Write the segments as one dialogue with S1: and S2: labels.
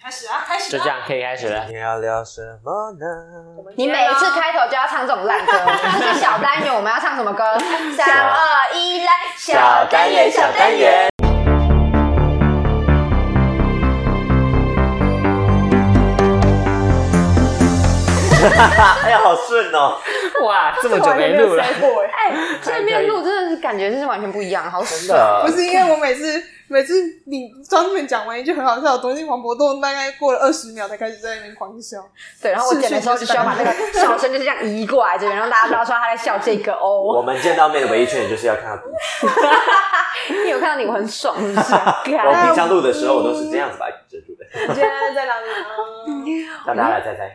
S1: 啊
S2: 就这样可以开始 了。
S3: 你要聊什么呢？
S4: 你每一次开头就要唱这种 烂歌，这是小单元，我们要唱什么歌？三二一，来，小单元，小单元。，
S3: 哎呀，好顺哦！
S2: 哇，这么久没录了，
S4: 哎，这边录真的是感觉是完全不一样，好
S3: 真
S4: 爽。
S3: 的
S1: 不是因为我每次每次你张俊讲完一句很好笑的东西，黄渤都大概过了二十秒才开始在那边狂笑。
S4: 对，然后我剪的时候就需要把那个笑声就是这样移过来这边，让大家不知道说他在笑这个
S3: 我
S4: 哦。
S3: 们见到面的唯一缺点就是要看到鼻子。
S4: 你有看到你我很爽是不 是？
S3: 我
S4: 干
S3: 平常录的时候，我都是这样子把它遮住的。
S1: 现在在嗯哪里？
S3: 让大家来猜猜，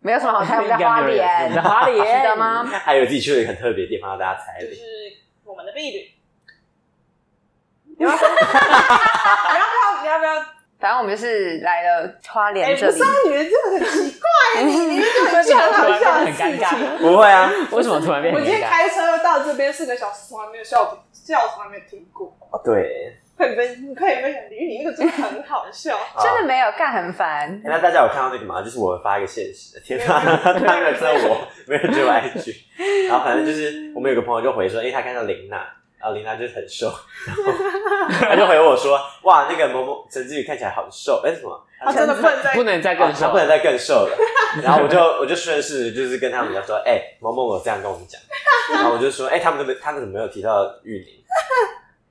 S4: 没有什么好猜，我们在
S2: 应该
S4: 花
S2: 没有人
S4: 莲，
S2: 在花莲
S4: 记得吗？
S3: 还有自己去了一个很特别的地方，让大家猜
S5: 就。是我们的婢女，
S1: 你要不要？你要不要？
S4: 反正我们就是来了花莲
S1: 哎，
S4: 这
S1: 不
S4: 里
S1: 是，啊，你们真的很奇
S4: 哎啊
S1: 怪，你你们 就很笑好笑的
S2: 很尴
S1: 事
S2: 尬
S1: 情。
S3: 不会啊，
S2: 为什么突然变
S1: 我
S2: 很
S1: 今天
S2: 尴尬？
S1: 开车到这边四个小时，从来没有笑笑从来没有听过。
S3: 哦对。
S1: 可以分，你可以分享，因为你那个真的很好笑。
S3: 好
S4: 真的没有干很烦。
S3: 哎那大家有看到那个吗？就是我发一个现实，天哪， 他没有追我，没有追我 IG。然后反正就是我们有个朋友就回说，哎、他看到林娜，然后林娜就是很瘦，然后他就回我说，哇，那个某某陈志宇看起来好瘦，哎、什么？
S1: 他哦真的不能再
S2: 不能再
S3: 他
S2: 更
S3: 他
S2: 少
S3: 啊不，能再更瘦了。然后我就我就顺势就是跟他们讲说，哎、某某某这样跟我们讲，然后我就说，哎、他们都没他们怎么没有提到玉宁？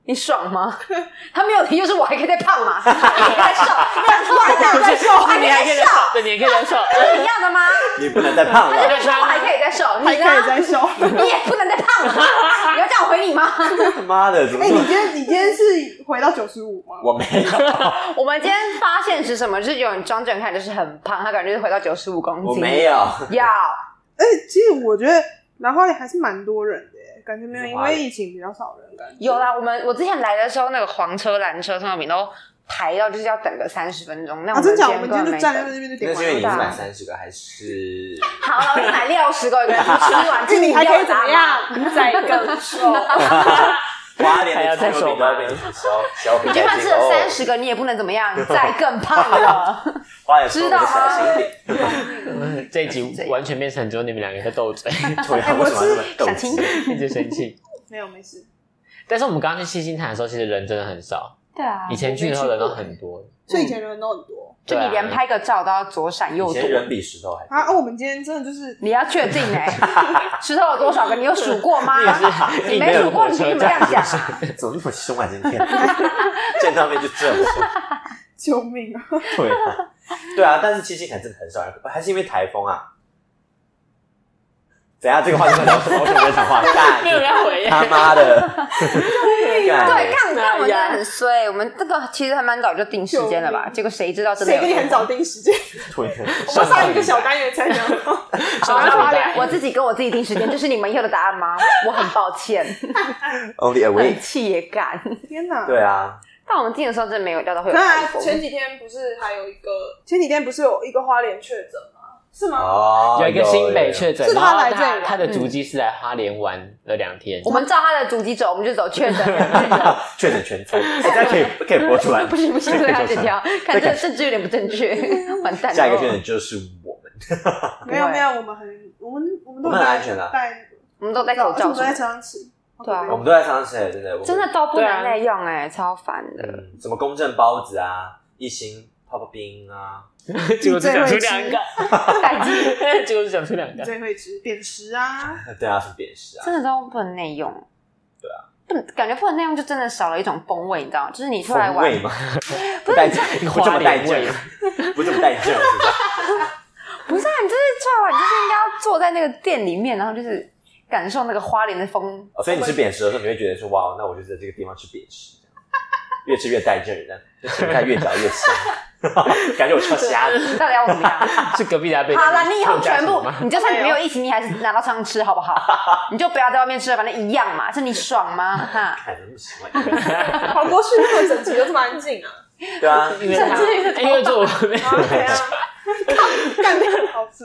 S4: 你爽吗？ 他没有提，就是我还可以再 胖嘛，你还在笑，没有我还在笑，我还可
S2: 你
S4: 以
S2: 还
S4: 再
S2: 可以再
S4: 笑，
S2: 瘦， 对，你还可以再瘦，
S4: 是一样的吗？
S3: 你不能再胖
S4: 他
S3: 了
S4: 就说我还可以再瘦，你
S1: 还可以
S4: 呢？
S1: 再笑。
S4: 你也不能啊再胖了，你要这样回你吗？
S3: 他妈的，怎么
S1: 哎，
S3: 这
S1: 你
S3: 么
S1: 今天你今天是回到九十五吗？
S3: 我没有，
S4: 我们今天发现是什么？就是有人装正看就是很胖，他感觉就是回到九十五公斤。
S3: 我没有，
S4: 要，
S1: 而且哎其实我觉得兰花里还是蛮多人的耶，感觉没有因
S3: 兰花
S1: 为
S3: 里
S1: 疫情比较少人感觉。
S4: 有啦。我们我之前来的时候，那个黄车、蓝车、宋小饼都排到就是要等个三十分钟。那我
S1: 啊，
S4: 们
S1: 真
S4: 今
S1: 假？我
S4: 天
S1: 们今天就
S4: 根本没
S1: 站在
S4: 等。
S1: 那边就
S3: 那
S1: 点
S3: 是
S1: 完
S3: 因为你是
S1: 了。
S3: 买三十个还是？
S4: 好了，我就买六十个，一个人吃完，自 己
S1: 你还可以
S4: 要
S1: 怎
S4: 打
S1: 么
S4: 吗？
S1: 样？再更瘦。
S3: 花莲的餐油饼都要被你消消费
S4: 你
S3: 殆
S4: 就
S3: 尽
S4: 算吃了
S3: 哦
S4: 三十个，你也不能怎么 样，再更胖 了。啊
S3: 花莲说我的小心点，
S2: 这一集完全变成只有你们两个在斗嘴，
S3: 对啊，为什么要那么斗
S4: 想
S3: 鸡
S4: 清？
S2: 一直生气。
S1: 没有，没事。
S2: 但是我们刚刚去七星潭的时候，其实人真的很少，
S4: 对啊
S2: 以前去的时候人都很多，
S1: 所以以前人都很多
S4: 就你
S2: 对啊
S4: 连拍个照都要左闪右
S3: 以
S4: 躲，
S3: 前人比石头还多
S1: 啊。 啊，我们今天真的就是
S4: 你要确定 哎、石头有多少个？你有数过吗？ 你哦没数过，你凭什么这样讲啊？
S3: 怎么那么凶啊？今天 见到面就这么凶，
S1: 救命啊！
S3: 对啊，对啊。但是七星潭真的很少人，还是因为台风啊？等一下这个话题在聊什么？我什么在讲话？
S2: 没有人
S3: 干
S2: 要回
S3: 他妈的！
S4: 对，
S3: 干
S4: 哎干干我真的很衰。我们这个其实还蛮早就定时间了吧？
S1: 救命
S4: 结果谁知道真的
S1: 谁
S4: 有？
S1: 跟你很早定时间？
S3: 对，
S1: 我们上一个小单元才讲 到，
S2: 上
S4: 啊
S2: 上礼拜
S4: 我自己跟我自己定时 间，这是你们以后的答案吗？我很抱 歉，
S3: only a
S4: 很
S3: week。
S4: 气也干。
S1: 天哪！
S3: 对啊，
S4: 但我们定的时候真的没有料到会有台
S1: 那
S4: 风。
S1: 前几天不是还有一个，前几天不是有一个花莲确诊吗？是吗？
S3: 哦，
S2: 有一个新北确诊，
S1: 是
S2: 然
S1: 他
S2: 后
S1: 来这
S2: 他
S1: 里
S2: 他的足迹是来花莲玩了两天
S4: 我。们照他的足迹走，我们就走确诊人。
S3: 确诊全餐，哎大家可以可以播出来吗
S4: 不行不行，
S3: 这
S4: 这
S3: 个
S4: 个要
S3: 就
S4: 剪掉。看这政治有点不正确，完蛋了。
S3: 下一个确诊就是我们，
S1: 没有没有，我们很我们我们都
S3: 我们很安全啊
S1: 的，戴
S4: 我们都戴口
S1: 而且我
S4: 罩
S1: 们
S4: 什
S1: 都在
S4: 么
S1: 车
S4: 的，
S1: 上吃。哦
S4: 对啊
S3: 我们都在上车，真的，我们
S4: 真的都不
S2: 对啊
S4: 能内用哎，超烦的。
S3: 嗯，什么公正包子啊，一星泡泡冰啊，
S2: 结果只讲出两
S1: 你
S2: 个，
S4: 待机
S2: 结果只讲出两 个。
S1: 最会吃扁食 啊，
S3: 对啊，是扁食啊，
S4: 真的都不能内用。对啊，不感觉不能内用就真的少了一种风味，你知道吗？就是你出来
S3: 风
S4: 玩
S3: 味，嘛，不带劲， 不这么带劲， 不这么带劲，是吧？
S4: 不是啊，你就是出来玩，你就是应该要坐在那个店里面，然后就是感受那个花莲的风。
S3: 哦所以你吃扁食的时候，你会觉得说，哇，那我就在这个地方吃扁食，越吃越带劲，这样就形态越嚼越香， 感觉我吃到虾子。
S4: 你到底要我怎么样？
S2: 是隔壁家被
S4: 好了，你以
S2: 他
S4: 后
S2: 们家
S4: 全部
S2: 煮吗，
S4: 你就算你没有疫情，你还是拿到常吃好不好？你就不要在外面吃了，反正一样嘛，是你爽吗？哈，
S3: 看哎那么喜欢，
S1: 跑过去那么整齐又这么安静啊！
S3: 对啊，
S2: 因为他 因为坐我旁边，
S1: 啊，对啊，干干好吃。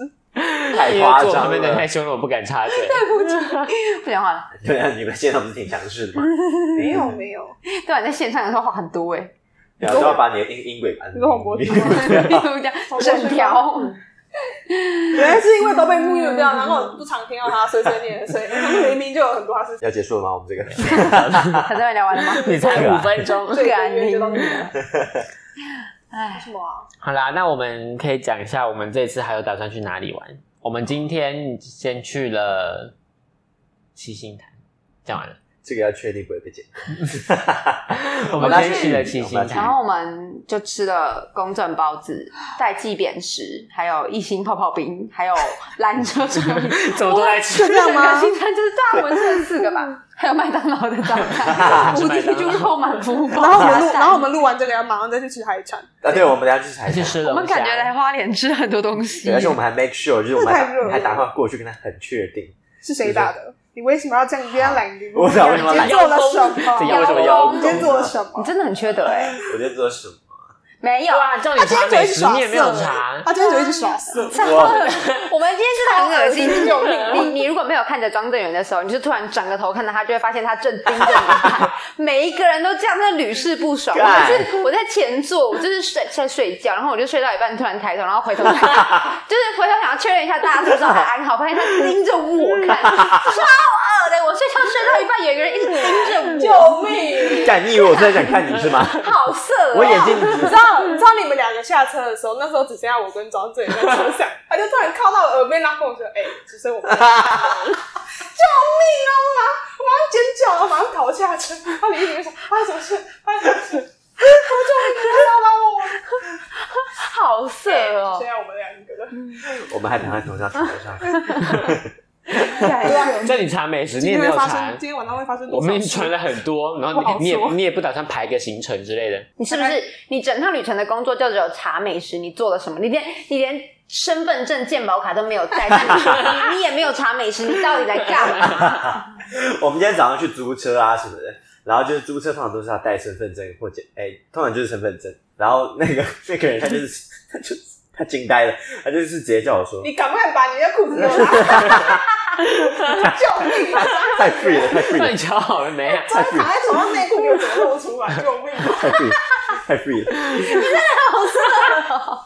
S3: 太
S2: 因
S3: 夸
S2: 为坐我
S3: 张
S2: 旁边的人
S3: 了
S2: 太。凶了，我不敢插嘴。
S4: 不讲话了。
S3: 对啊，你们现场不是挺强势的吗？
S1: 没有没有，
S4: 对啊，你在线上的时候话很多哎、
S3: 然后就要把你的音音轨按
S1: 你说黄渤是吗
S4: 录掉整条。
S1: 原来是因为都被木有掉，然后我不常听到他碎碎念的声音，他们明明就有很多他是
S3: 要结束了吗？我们这个
S4: 可是没聊完了吗？
S2: 你才五分钟。
S1: 最
S4: 干
S1: 感觉到
S4: 你
S1: 你的
S4: 哎，
S1: 什么啊？
S2: 好啦，那我们可以讲一下我们这次还有打算去哪里玩。我们今天先去了七星潭，讲完了。
S3: 这个要确定不会被剪掉。
S2: 我们先去了七星
S3: 我们
S2: 潭
S4: 然，后我们就吃了公正包子、代记扁食，还有一星泡泡冰，还有兰州炒米。
S2: 怎么都在
S1: 就
S2: 吃
S1: 这样吗
S4: 整个行程就是大文吃了四个吧，还有麦当劳的早餐，无敌猪肉满福包。
S1: 然后我们录，然后我们录完这个要马上再去吃海产，
S3: 啊，对，我们等一下去海
S2: 还去
S3: 南。
S2: 吃
S4: 我
S2: 龙
S4: 们感觉来
S2: 虾。
S4: 花莲吃很多东西
S3: 对，而且我们还 make sure，就是我们还
S1: 这太热
S3: 打
S1: 了
S3: 还打电话过去跟他很确定，
S1: 是谁打的？你为什么要这样？你不要懒驴？
S3: 我不知道为什么要
S1: 你
S3: 懒
S1: 今天做了什么？
S2: 这要为什么
S4: 邀
S2: 要
S4: 功
S1: 你今天做了什么
S4: 你？真的很缺德哎、
S3: 我今天做了什么？
S4: 没有，啊
S2: 哇，啊叫你
S1: 他今
S2: 查
S1: 天就
S2: 美
S1: 一直
S2: 食，
S1: 耍
S2: 你也没有
S1: 色
S2: 查，
S1: 他今天就一直耍色，
S4: 超恶心我们今天真的很恶心，就是你你你如果没有看着庄正元的时候，你就突然转个头看到他，就会发现他正盯着你看。每一个人都这样，那屡试不爽。我
S3: 干
S4: 是我在前座，我就是睡在睡觉，然后我就睡到一半，突然抬头，然后回 头看，就是回头想要确认一下大家是不是还安好，发现他盯着我看， 超恶的。我睡觉睡到一半，有一个人一直盯着我，
S1: 命！
S3: 干，你以为我真的想看你是吗？
S4: 好色、哦。
S3: 我眼睛
S1: 你知道，你知道你们两个下车的时候，那时候只剩下我跟庄正在 车上，他就突然靠到我耳边，然后跟我说：“哎、只剩我们。”救命啊！我马上尖叫，然后马上逃下车。他离远说：“发生啊什么事？发生什么事？”我救命！不要把 我！
S4: 好色哦
S1: 现！在我们两个
S3: 我们还躺在同一张床上，
S2: 叫你查美食，你
S1: 今
S2: 也
S1: 天
S2: 没
S1: 会
S2: 有
S1: 发
S2: 查
S1: 生，。今天晚上啊会发生
S2: 我
S1: 多
S2: 们
S1: 少
S2: 已
S1: 事
S2: 经传了很多，然
S1: 不好
S2: 后
S1: 说
S2: 你你也你也不打算排个行程之类的。
S4: 你是不是你整趟旅程的工作就只有查美食？你做了什么？你连你连身份证、健保卡都没有带，但你你也没有查美食，你到底来干嘛？
S3: 我们今天早上去租车啊什么的，然后就是租车通常都是要带身份证或者哎、通常就是身份证。然后那个那个人他就是 他就是他惊呆了，他就是直接叫我说
S1: 你赶快把你的裤子给我拉！ 救命啊！
S3: 太 free 了，太 free
S2: 那
S3: 了
S2: 你，瞧好了没啊？
S1: 真的躺在床上内裤给我怎么露出来？救命啊！
S3: 太 free，了太 free 了，你真的好色哦！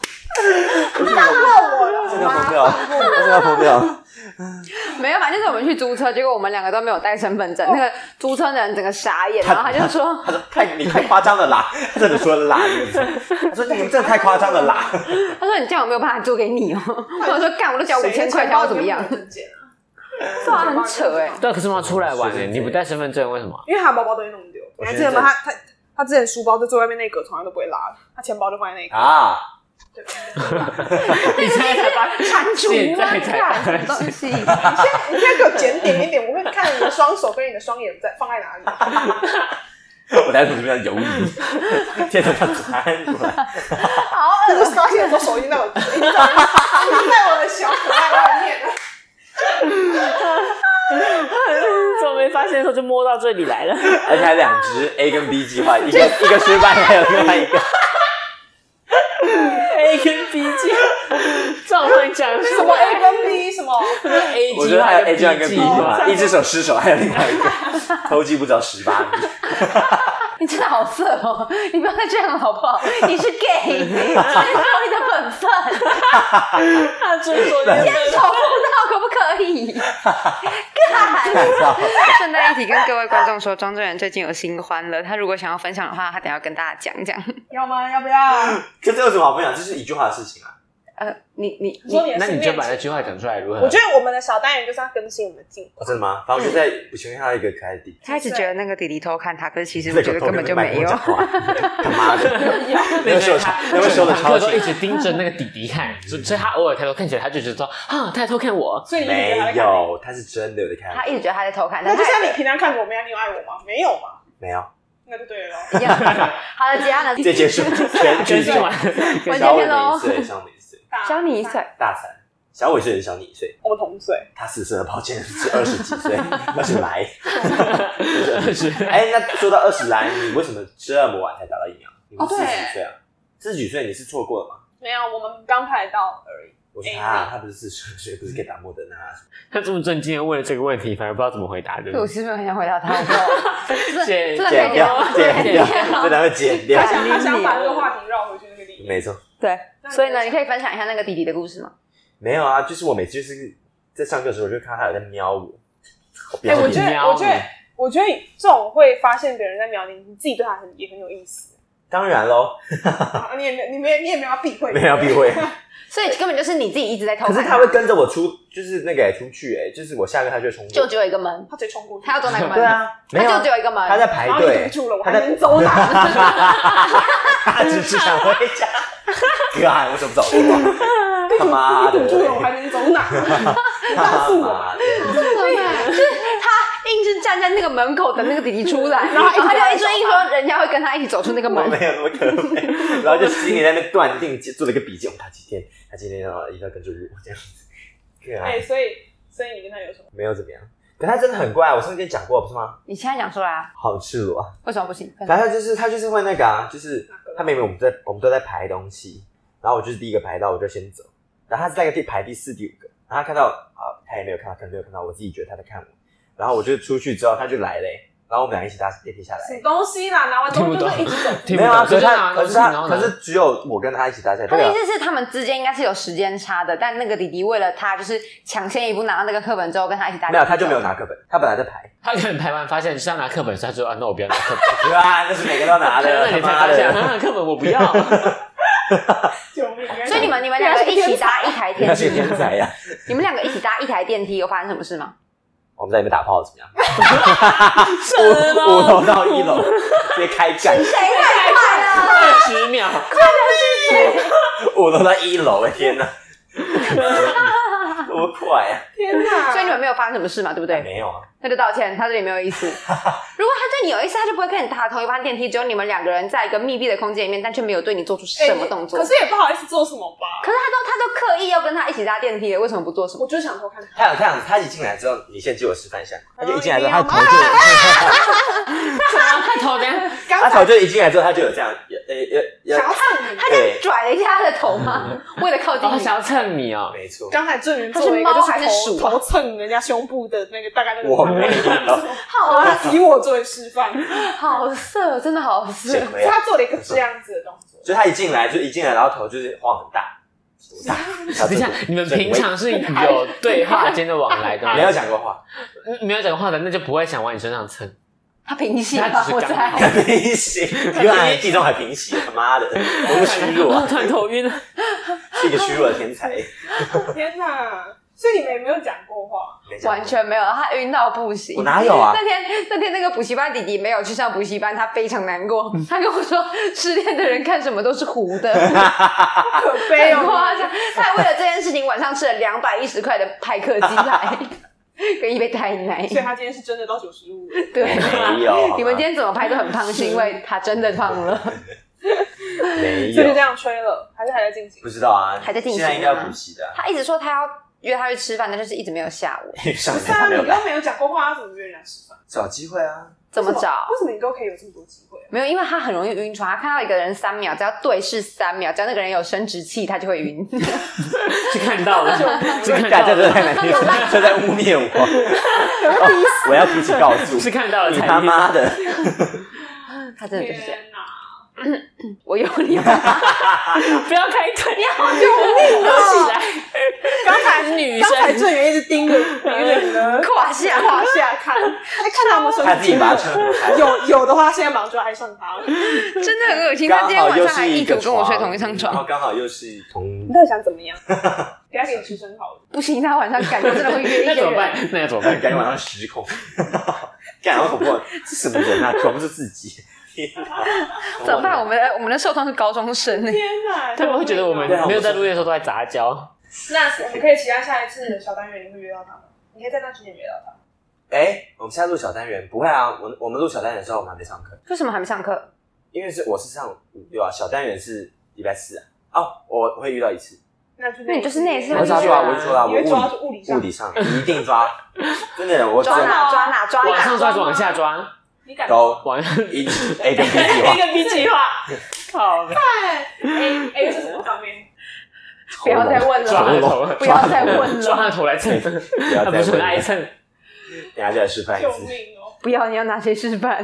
S1: 到我了，
S3: 真的疯掉，真的疯掉，
S4: 没有，反正就是我们去租车，结果我们两个都没有带身份证。那个租车的人整个傻眼，然后他就说
S3: 他说太你太夸张了啦，他真的说了啦这个字，他说你们真的太夸张了啦，：“
S4: 他说你这样我没有办法租给你哦。” 我说：“干，我都交五
S1: 谁钱
S4: 千块，
S1: 包
S4: 想要怎么 样
S1: 就不能 捡啊？
S4: 对啊很扯
S1: 欸
S4: 哎、
S2: 对，可是我们要出来玩
S3: 是
S2: 呢，
S3: 是是
S2: 你不带身份证为 什么？
S1: 因为他的包包都会弄丢。你还记得吗？
S3: 我觉得
S1: 他他他之前书包就坐外面那一格，从来都不会拉，他钱包就放在那一格。
S3: 啊，
S1: 对
S2: 你现在才发，
S4: 蟾蜍
S2: 现
S4: 吗？
S2: 在才
S4: 干什么
S2: 发
S4: 东西？
S1: 你现在你现在给我检点一点，我会看你的双手跟你的双眼在放在哪 里。哦
S3: 我在从这边犹豫，天哪，他弹出来。
S4: 好
S1: 我发现我手机在我已经在我已经在我的小可爱外面 了。
S2: 怎么没发现的时候就摸到这里来了？
S3: 而且还两只 A 跟 B 计划，一个一个失败，还有另外一个。
S2: A 跟 B 键，照乱讲
S1: 什么
S2: 哎
S1: A 跟 B 什 么？
S2: A
S3: 我觉得还有 A 计划跟 B 计
S2: 计划
S3: 划，一只手失手，还有另外一个偷鸡不着十八米。
S4: 你真的好色哦！你不要再这样了好不好？你是 gay，你没有你的本分，
S5: 他追索
S4: 你 先手不到可不可 以？
S3: 看到
S4: 顺带一提跟各位观众说，庄正元最近有新欢了，他如果想要分享的话，他等下跟大家讲讲。
S1: 要吗？要不要？
S3: 这这有什么好分享？这是一句话的事情啊。
S4: 呃，你你
S1: 你说你的
S2: 那
S1: 心
S2: 你就
S1: 愿
S2: 把那句话讲出来如何？
S1: 我觉得我们的小单元就是要更新我们的进
S3: 哦，真的吗？反正我就在我前面看到一个可爱的弟弟，
S4: 开始觉得那个弟弟偷看他，可是其实
S3: 这
S4: 我
S3: 个
S4: 觉得根本就没有。
S3: 他妈的，那
S2: 那
S3: 个
S2: 个
S3: 手
S2: 他
S3: 那个手的
S2: 堂课
S3: 超
S2: 都一
S3: 级
S2: 直盯着那个弟弟看，所以所以他偶尔抬头看起来，他就觉得说啊，他在偷看我。
S1: 所以你一直觉得他在
S3: 没
S1: 看你。
S3: 有，他是真的有在
S4: 他
S3: 看，
S4: 一直觉得他在偷看，
S1: 那
S4: 但
S1: 就像
S4: 他
S1: 你平常看着我们一样，你有爱我吗？没有嘛，
S3: 没有。
S1: 那就对了。
S4: 一样。好了，结案了，
S3: 这结束，
S2: 真
S3: 全剧
S2: 是
S3: 终
S2: 完。
S4: 我
S3: 小
S4: 结
S3: 伟的
S4: 束
S3: 一
S4: 喽。
S3: 岁，小伟一岁，
S4: 小你一岁，
S3: 大三。小伟岁是小你一岁。
S1: 我们同岁。
S3: 他四十了，抱歉是二十几岁，二十来。
S2: 是
S3: 哎、那说到二十来，你为什么这么晚才打到疫苗？你不
S1: 哦
S3: 是
S1: 对
S3: 四十几岁啊？四十几岁你是错过了吗？
S1: 没有，我们刚排到而已。
S3: 我说啊，他不是四十岁，不是给打莫德纳。
S2: 他这么震惊的问了这个问题，反而不知道怎么回答，对不
S4: 对我
S2: 对？
S4: 其实没有很想回答 他，我不知道这
S2: 剪
S4: 这
S3: 剪掉，剪掉， 真的会剪掉
S1: 他。想他想把这个话题绕回去那个里面。
S3: 没错，
S4: 对，
S1: 那
S4: 所以呢，你可以分享一下那个弟弟的故事吗？
S3: 没有啊，就是我每次就是在上课的时候，我就看到他有在瞄我。
S1: 哎、我觉
S2: 你
S3: 啊
S1: 得，
S2: 瞄
S1: 我觉得，我觉得这种会发现别人在瞄你，你自己对他很也很有意 思。
S3: 当 然喽，
S1: 啊你也没，你没，你也没有要避讳，
S3: 没有啊避讳。
S4: 所以根本就是你自己一直在偷
S3: 可
S4: 看。
S3: 是他会跟着我出，就是那个、欸、出去、欸，就是我下课他就会冲
S4: 就
S3: 过。
S4: 只有一个门，
S1: 他直接冲过去，
S4: 他要走哪个门？
S3: 对，啊，没
S4: 他
S3: 有啊
S4: 就只，有一个门。
S3: 他在排
S1: 然后你
S3: 队
S1: 堵，住了，我
S3: 他
S1: 还
S3: 在
S1: 能走哪？
S3: 他只是想回家。 哥啊，为 什么走路啊？他妈
S1: 你
S3: 的
S1: 堵！住了，我还能走哪？告诉我
S3: 妈的！
S4: 就是啊他硬是站在那个门口等那个弟弟 出来，然后他就一直硬说人家会跟他一起走出那个
S3: 我
S4: 门。
S3: 没有那么可悲，然后就心里在那边断定，做了一个笔记，哦他今天他今天要一定要跟着我这样子，对啊
S1: 哎、，所以，所以你跟他有什么？
S3: 没有怎么样。可他真的很怪，我上次跟你讲过不是吗？
S4: 你现在讲出来啊？
S3: 好赤裸啊！
S4: 为什么不行？
S3: 反正就是他就是会那个啊，就是他明明我们在我们都在排东西，然后我就是第一个排到，我就先走。然后他是在第排第四第五个，然后他看到啊、他也没有看到，可能没有看到，我自己觉得他在看我。然后我就出去之后，他就来嘞、欸然后我们俩一起搭电梯下
S1: 什么
S3: 来。
S1: 东西啦？拿完东西就是一直走。
S2: 听
S3: 没
S2: 不
S3: 有
S2: 懂，
S3: 啊，可
S2: 就是这样
S3: 他，
S2: 啊
S3: 可是他，可是只有我跟他一起搭下来。
S4: 他
S3: 对
S4: 的
S3: 啊
S4: 意思是，他们之间应该是有时间差的，但那个弟弟为了他，就是抢先一步拿到那个课本之后，跟他一起打。
S3: 没有，他就没有。拿课本，他本来在排。
S2: 他可能排完发现是要拿课本，所以他就啊，那我不要拿课
S3: 对啊，那是每个都拿
S2: 本，
S3: 的，
S2: 那
S3: 他
S2: 你才
S3: 妈
S2: 发现
S3: 的。
S2: 啊，课本我不要，
S1: 救命！
S4: 所以你们你们两个一起搭一台
S3: 你
S4: 电
S3: 要是个
S4: 梯，
S3: 天才呀！啊
S4: 你们两个一起搭一台电梯，有发生什么事吗？
S3: 我们在里面打炮怎么样？
S5: 什
S3: 五
S5: 么？
S3: 楼到一楼直接开干，
S2: 二十秒，
S3: 五楼到一楼，哎天哪，多快啊！
S1: 天哪！
S4: 所以你们没有发生什么事嘛，对不对？
S3: 没有啊，
S4: 那就道歉，他对你没有 意思。如果他对你有意思，他就不会跟你搭同一班电梯，只有你们两个人在一个密闭的空间里面，但却没有对你做出
S1: 哎
S4: 什么动作。
S1: 可是也不好意思做什么吧？
S4: 可是他都他都刻意要跟他一起搭电梯了，为什么不做什么？
S1: 我就想偷看他。
S3: 他想这样子，他一进来之后，你先借我示范一下。他就一进来之后，
S1: 哦
S3: 他的头就，
S2: 他头等下
S1: 刚
S3: 他
S1: 才
S3: 头就一进来之后，他就有这样，呃呃
S1: 想要
S3: 呃，
S1: 看你，
S4: 他
S3: 对
S4: 就拽了一下他的头嘛，为了靠近
S2: 哦，
S4: 你。
S2: 想要蹭你哦，
S3: 没错，
S1: 刚才郑云
S4: 他
S1: 做
S4: 是
S1: 了一个就
S4: 猫还是
S1: 头
S4: 鼠啊
S1: 头蹭人家胸部的那个大概那个。
S3: 我没有，
S4: 好啊，
S1: 他以我作为示范，
S4: 好色，真的好色
S3: 谁。会
S1: 所以
S3: 啊？
S1: 他做了一个这样子的动作。
S3: 就他一进来就一进来，然后头就是晃很大，多大？
S2: 等一下，你们平常是有对话间的往来的 吗？
S3: 没有讲过话，
S2: 嗯没有讲话的，那就不会想往你身上蹭。
S4: 他平息
S2: 他
S4: 吧，
S2: 只
S4: 我
S2: 是刚好
S4: 在。
S3: 平行，比我体重还平行，他妈的，多么虚弱啊！
S5: 突然头晕了，
S3: 是一个虚弱的天才，
S1: 天哪！所以你们也没有讲过话，
S3: 没想到
S4: 完。全没有，他晕到不行。
S3: 我哪有啊
S4: 那天那天那个补习班弟弟没有去上补习班，他非常难过。他跟我说，失恋的人看什么都是糊的，
S1: 好可悲
S4: 很夸张
S1: 哦！。
S4: 他还为了这件事情，晚上吃了两百一十块的派克鸡排跟一杯太奶。
S1: 所以他今天是真的到九十五，
S4: 对，
S3: 没哎有好啊吗
S4: 你们今天怎么拍都很胖，是因为他真的胖了。
S1: 所以
S3: 没
S1: 就这
S3: 有，
S1: 样吹了，还是还在进行
S3: 不？知道啊，
S4: 还在进行
S3: 现在应该要补习的啊，
S4: 他一直说他要约他去吃饭，但就是一直没有下午，
S3: 因为上
S1: 不
S3: 次
S1: 是啊，
S3: 他没
S1: 你
S3: 有来，
S1: 都没有讲过话，他怎么约人家吃饭？
S3: 找机会啊，
S4: 怎么找？
S1: 为什么你都可以有这么多机会啊？
S4: 没有，因为他很容易晕船。他看到一个人三秒，只要对视三秒，只要那个人有生殖器，他就会晕。
S2: 是看到了，是看
S3: 干
S2: 到
S3: 这真的
S2: 了，
S3: 太难听了，这在污蔑 我，哦我要提起告诉
S2: 是看到了
S3: 你
S2: 才
S3: 他妈的，
S4: 他真的就是这样。
S1: 哪！
S4: 我有你 吗？
S5: 不要开腿，
S1: 救命啊！
S5: 刚才女
S1: 刚才
S5: 生，
S1: 郑源一直盯着别人呢，
S4: 胯下，
S1: 往下看，哎，看他有没有手
S3: 他自己
S1: 机
S3: 把他扯开，
S1: 有有的话，现在马上就爱上他了。
S4: 真的很恶心。他
S3: 刚
S4: 今天
S3: 好
S4: 晚
S3: 又
S4: 上还
S3: 是
S4: 一
S3: 一
S4: 口
S3: 个
S4: 跟我睡同一张
S3: 然
S4: 床
S3: 后，刚好又是同
S1: 你，到底想怎么 样？等下给你吃生蚝了。
S4: 不行，他晚上感觉真的会约
S2: 那
S4: 一
S2: 怎
S4: 个
S2: 么
S4: 人。
S2: 办？那要怎么办
S3: 感？觉晚上失控， 干好恐怖，这什么人啊？全部是自己，
S4: 怎么办？我们的我们的受众是高中生 呢。
S1: 天哪！
S2: 他们会觉得我们
S3: 对啊
S2: 没有在录音的时候都在杂交，
S1: 那我们可以期待下一次的小单元，你会约到他吗？你可以在那时间约到他。
S3: 哎，我们现在录小单元不会啊，我我们录小单元的时候我们还没上课，
S4: 为什么还没上课？
S3: 因为是我是上五六啊，小单元是礼拜四啊。哦，我我会遇到一次，
S1: 那就
S4: 那你就是那一次
S3: 我
S4: 会
S3: 抓住啊，我就说啊，
S1: 你
S3: 我
S1: 会抓住
S3: 物
S1: 物理
S3: 理
S1: 上
S3: 物理上一定抓，真的，我
S4: 抓
S3: 真的
S4: 哪抓哪抓
S2: 往
S4: 哪？
S2: 上抓是往下抓，
S1: 你敢
S3: 都
S2: 往
S3: 一 A 跟 B 计划
S1: 哎
S5: 那，个 B 计划，好，
S1: A A 是什么方面？
S4: 不要再 问
S2: 抓他的
S4: 了，
S2: 头，
S4: 不要再问
S2: 抓他
S4: 了，
S2: 的头来蹭，
S3: 不要
S2: 他
S3: 再
S2: 不是很
S3: 问了
S2: 爱蹭。
S3: 等一下就来示范一
S1: 救
S3: 次，
S1: 命哦！
S4: 不要，你要拿谁示范？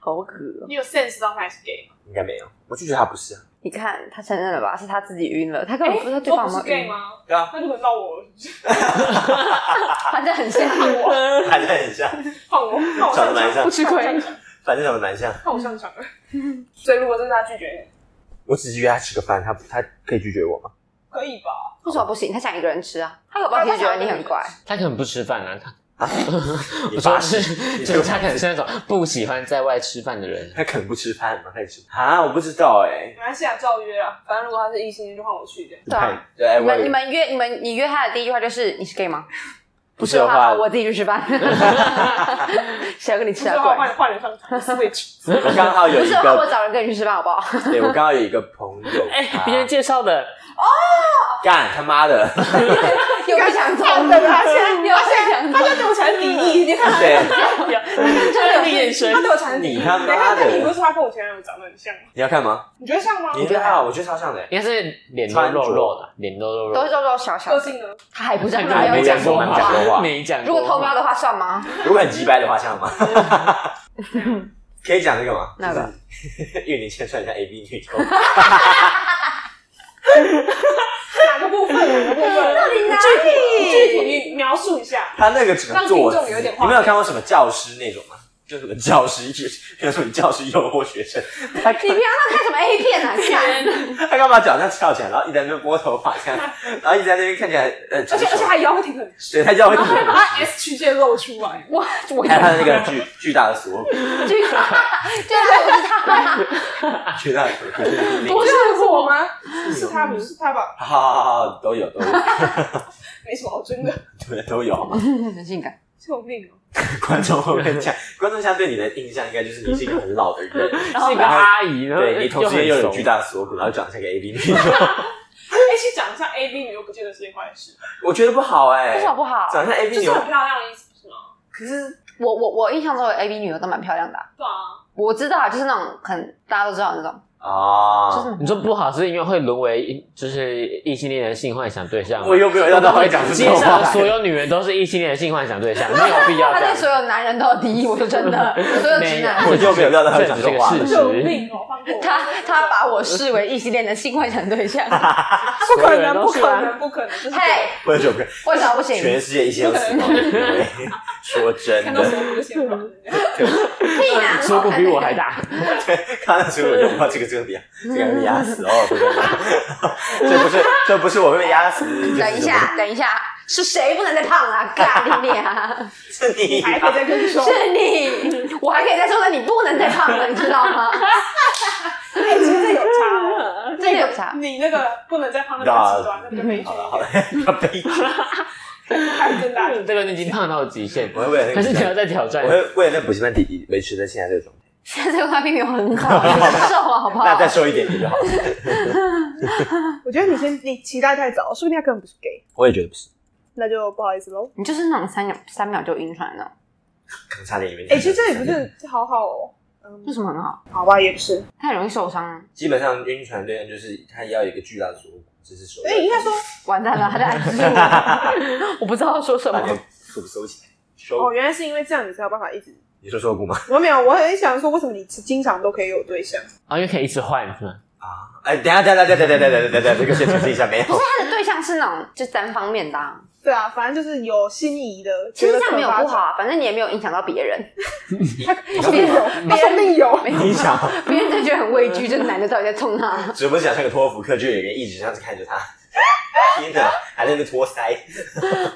S4: 好恶哦！
S1: 你有 sense 到他是 gay 吗？
S3: 应该没有，我就觉得他不是啊。
S4: 你看他承认了吧？是他自己晕了，他根本不知道对
S1: 我
S4: 方
S1: 不
S4: 有
S1: 是
S4: 没有
S1: gay
S4: 晕，
S1: 吗？
S3: 对啊，
S1: 那就轮到我了，
S4: 反正很像我。
S3: 还是很像，
S1: 换我，换我
S3: 长得蛮
S1: 上
S3: 像
S1: 场，
S4: 不吃亏
S3: 反正长得蛮像。
S1: 换我上场了。 所以如果真的他拒绝，
S3: 我只是约他吃个饭，他他可以拒绝我吗？
S1: 可以吧？
S4: 为什么不行？他想一个人吃啊，他搞不好其实觉得你很乖。
S2: 他可能不吃饭啊，他
S3: 你
S2: 我
S3: 发
S2: 说
S3: 誓，
S2: 是，
S3: 你
S2: 就是
S3: 就
S2: 他可能是那种不喜欢在外吃饭的人。
S3: 他可能不吃饭嘛，他也吃啊，我不知道哎、
S1: 没关系啊，照约啊。反正如果他是异性恋，就换我去这样。
S4: 对啊
S3: 你看对，哎
S4: 你
S3: 我也
S4: 们你们约你们你约他的第一句话就是你是 gay 吗？
S3: 不
S4: 不
S3: 是
S4: 是
S3: 的
S4: 的
S3: 话
S4: 话，我自己去吃饭。谁要跟你吃
S1: 最
S4: 啊？
S1: 后
S4: 怪
S1: 换换人上 场，switch。
S3: 我刚好有
S4: 不
S3: 一
S4: 是的话，我
S3: 个，
S4: 找人跟你去吃饭好不好？
S3: 对我刚好有一个朋 友，
S2: 哎、
S3: 他
S2: 别人介绍的，
S3: 干他 妈的，
S4: 有不想
S1: 干
S4: 通
S1: 的他现在
S4: 有不想
S1: 他现
S4: 通
S1: 在对我产生敌意，你看
S3: 对，
S2: 他的眼神
S1: 他对我产生敌意。
S3: 你他妈的
S1: 等一下那你不是说他跟我前男友长得很像吗？
S3: 你要看吗？
S1: 你觉得像吗？
S3: 你觉得还好？我觉得超像的、
S2: 应该是脸都肉肉的，脸都肉肉
S4: 都是
S2: 的。
S4: 肉肉小小
S1: 啊个
S4: 的，
S1: 性呢？
S4: 他还不是很
S2: 他
S4: 没有讲过
S3: 没讲
S4: 话
S3: 过。话
S2: 没讲过
S4: 如
S2: 话
S4: 果偷瞄的话算吗？
S3: 如果很鸡掰的话，像吗？ 可以讲这个吗？
S4: 那个
S3: 就是， 因为你现在穿像 A B 女优，
S1: 哪个部分？啊哪个部分？到底
S4: 哪
S1: 具
S4: 里
S1: 体具体你描述一下。
S3: 他那个整个坐
S1: 让听
S3: 姿，
S1: 众有点画面
S3: 你没有看过什么教师那种吗？就什么教师，比如说你教师诱惑学生，他
S4: 你平常在看什么 A 片啊？看，
S3: 他干嘛脚这样翘起来，然后一直在那边拨头发，这样，然后一直在那边看起来很
S1: 而
S3: 成
S1: 且而且
S3: 熟，
S1: 还腰会挺很直，
S3: 对，他叫会怎
S1: 还把
S3: 么？
S1: 他 S 曲线露出来。
S4: 我我
S3: 还有哎他的那个巨巨大的锁骨，
S4: 这个这个不是他，
S3: 巨大的锁骨，
S1: 不是我吗？是他，不是他吧？
S3: 好好好好，都有都有
S1: 没什么好争的，
S3: 对 都有。
S4: 很性感。
S1: 救命哦！
S3: 观众会不会讲？观众现在对你的印象应该就是你是一个很老的人，
S2: 是一个阿姨，然后
S3: 对你同时也
S2: 又
S3: 有
S2: 很
S3: 有
S2: 熟
S3: 巨大的锁骨，然后长得像个 A B 女优，
S1: 哎，其实长得像 A B 女优不见得是件坏事，
S3: 我觉得不好哎、
S4: 为什么不好？
S3: 长得像 A
S1: 就
S3: B
S1: 是
S3: 女优，
S1: 很漂亮的意思，不是吗？
S3: 可是
S4: 我我我印象中有 A B 女优都蛮漂亮的啊、
S1: 对啊，
S4: 我知道啊，就是那种很大家都知道的那种，
S3: 啊，
S4: 就是
S2: 你说不好是因为会沦为就是异性恋的性幻想对象吗？
S3: 我又没有要到会讲这
S2: 街
S3: 种
S2: 上
S3: 话
S2: 的， 所有女人都是异性恋的性幻想对 象，没有必要
S4: 他
S2: 这
S4: 对
S2: 样。
S4: 所有男人都有敌意，我说真的，所有直男
S2: 没。
S3: 我就没有料到他会讲
S2: 这
S3: 这
S2: 个
S3: 话
S2: 事
S1: 救
S2: 实，
S1: 命哦！放过我
S4: 他他把我视为异性恋的性幻想对象，
S1: 不可能，不
S2: 所有人都是
S1: 可
S2: 啊
S1: 能，不可能！就是
S4: 嘿，
S3: 或者我跟
S4: 为什么不行？
S3: 全世界一千死亡的人类，说 真
S1: 看到
S3: 的
S1: 什，么就 先跑。
S4: 屁啦！
S2: 说过比我还大。
S3: 刚才所以我就不知道这个这个点，这个被压死哦，不是不是这不是这不是我被压死，
S4: 等一，下，等一下，是谁不能再烫 啊？干你娘！
S3: 是你
S1: 你还可以再跟说，
S4: 是你，我还可以再说，但你不能再烫 了，你知道吗？
S1: 哎，其实这有差哦。
S4: 真的有啥？
S1: 你那个不能再胖那么极端，那比较悲剧
S3: 好了
S1: 一
S3: 好了
S1: 点，，
S3: 要悲剧，
S1: 还更大。
S2: 这个你已经胖到极限，
S3: 我会为了那
S2: 可
S3: 个
S2: 是
S3: 比
S2: 你
S3: 赛
S2: 要再挑战
S3: 我。会为了那补习班弟弟维持在现在这个状态，
S4: 现在这个话并没有很好，很瘦啊，好不好？
S3: 那再瘦一点点就好了。
S1: 我觉得你先你期待太早，说不定他根本不是 gay，
S3: 我也觉得不是，
S1: 那就不好意思喽。
S4: 你就是那种三秒三秒就晕船那种，
S3: 刚差点以为你。
S1: 哎、其实这也不
S4: 嗯
S1: 是好好哦，
S4: 为
S1: 嗯，
S4: 什么很好？
S1: 好吧，也不是，
S4: 太容易受伤了，
S3: 基本上晕船对象就是他要有一个巨大的锁骨，这是手。
S1: 哎、应该说，
S4: 完 蛋了，他在暗示 我，我不知道说什么
S3: 把。你的锁骨收起来，收
S1: 哦，。原来是因为这样你才有办法一直。
S3: 你说锁骨吗？
S1: 我没有，我很想说，为什么你经常都可以有对象？
S2: 啊，因为可以一直换是吗？
S3: 啊，哎，等一下，等一下，等一下，等一下，等一下，等一下，这个先澄清一下，没有。
S4: 他的对象是那种就单方面的、啊，
S1: 对啊，反正就是有心仪的，
S4: 其
S1: 觉
S4: 实
S1: 得
S4: 这样
S1: 可
S4: 没有
S1: 发
S4: 不
S1: 展
S4: 好，啊，反正你也没有影响到别人，
S1: 他说不定有，他说不定有，
S3: 你想，
S4: 别人就觉得很畏 惧，这男的到底在冲他？
S3: 只不过想像个托福课，就有一个一直这样子看着他。天哪，还在那边托腮，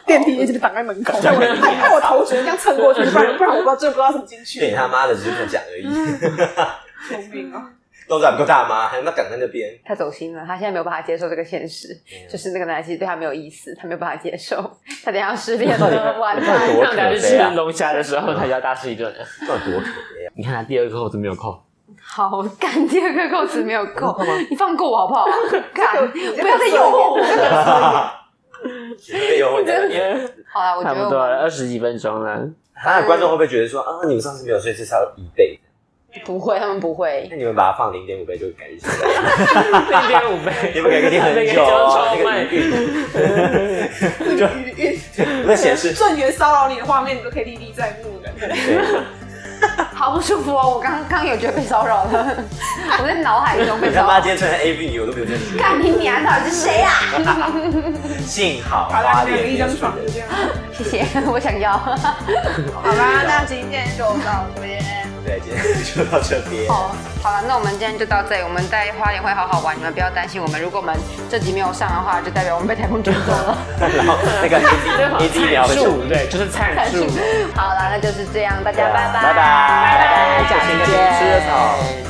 S1: 电梯一直挡在门
S3: 哦
S1: 口，害我害我头只能这样蹭过去，不然不然我不知道这不知道怎么进
S3: 对
S1: 去
S3: 你。他妈的，只是不讲而已。
S1: 嗯 救命啊！
S3: 动作还不够大吗？还他妈挡在那边？
S4: 他走心了，他现在没有办法接受这个现实，就是那个男的其实对他没有意思，他没有办法接受， 他等一下失恋
S2: 呃
S4: 了， 完蛋。
S3: 多
S2: 让
S3: 可
S2: 大家去
S3: 悲啊
S2: 吃！龙虾的时候，他就要大吃一顿了。
S3: 到底多可悲 啊！
S2: 你看他第二个扣子没有扣，
S4: 好，干第二个扣子没有扣， 你放过我好不好？干，不要再诱惑我。
S3: 只是被诱惑你在那边。
S4: 好了，我
S2: 差
S4: 觉
S2: 不
S4: 得
S2: 多了，
S4: 我
S2: 二十几分钟了。
S3: 啊，观众会不会觉得说啊，你们上次没有睡，这是要一倍？
S4: 不会，他们不会。
S3: 那你们把它放零点五倍就改一下，
S2: 零点五倍，
S3: 你们改个定 很
S2: 那个就
S3: 久哦，
S2: 超
S3: 那个
S2: 慢
S3: 语韵，就
S1: 语韵，
S3: 那显示
S1: 正源骚扰你的画面，你都可以历历在目的。
S3: 对，
S4: 好不舒服哦！我刚刚有觉得被骚扰了， 我在脑海中被
S3: 你他
S4: 骚
S3: 妈
S4: 扰。
S3: 今天穿成 AV 女，我都没有这样觉
S4: 看你娘到底是谁啊？
S3: 得。幸好
S1: 好
S3: 花
S1: 啦，两个
S3: 莲
S1: 一
S3: 没有
S1: 张
S3: 水
S1: 床
S3: 人
S1: 就这样。
S4: 谢谢，我想要。
S1: 好啦，那今天就到这边。
S3: 对，今天就到这边。
S4: 哦，好了，那我们今天就到这里。我们在花莲会好好玩，你们不要担心我们。如果我们这集没有上的话，就代表我们被台风卷走了。
S3: 然后那个 A D A D 聊的
S2: 数对，就是参数，
S4: 好了，那就是这样，大
S3: 对
S4: 家
S3: 啊
S4: 拜拜，
S3: 拜拜，
S4: 拜拜，
S2: 下期
S4: 下期
S2: 见
S4: 见
S3: 吃热炒。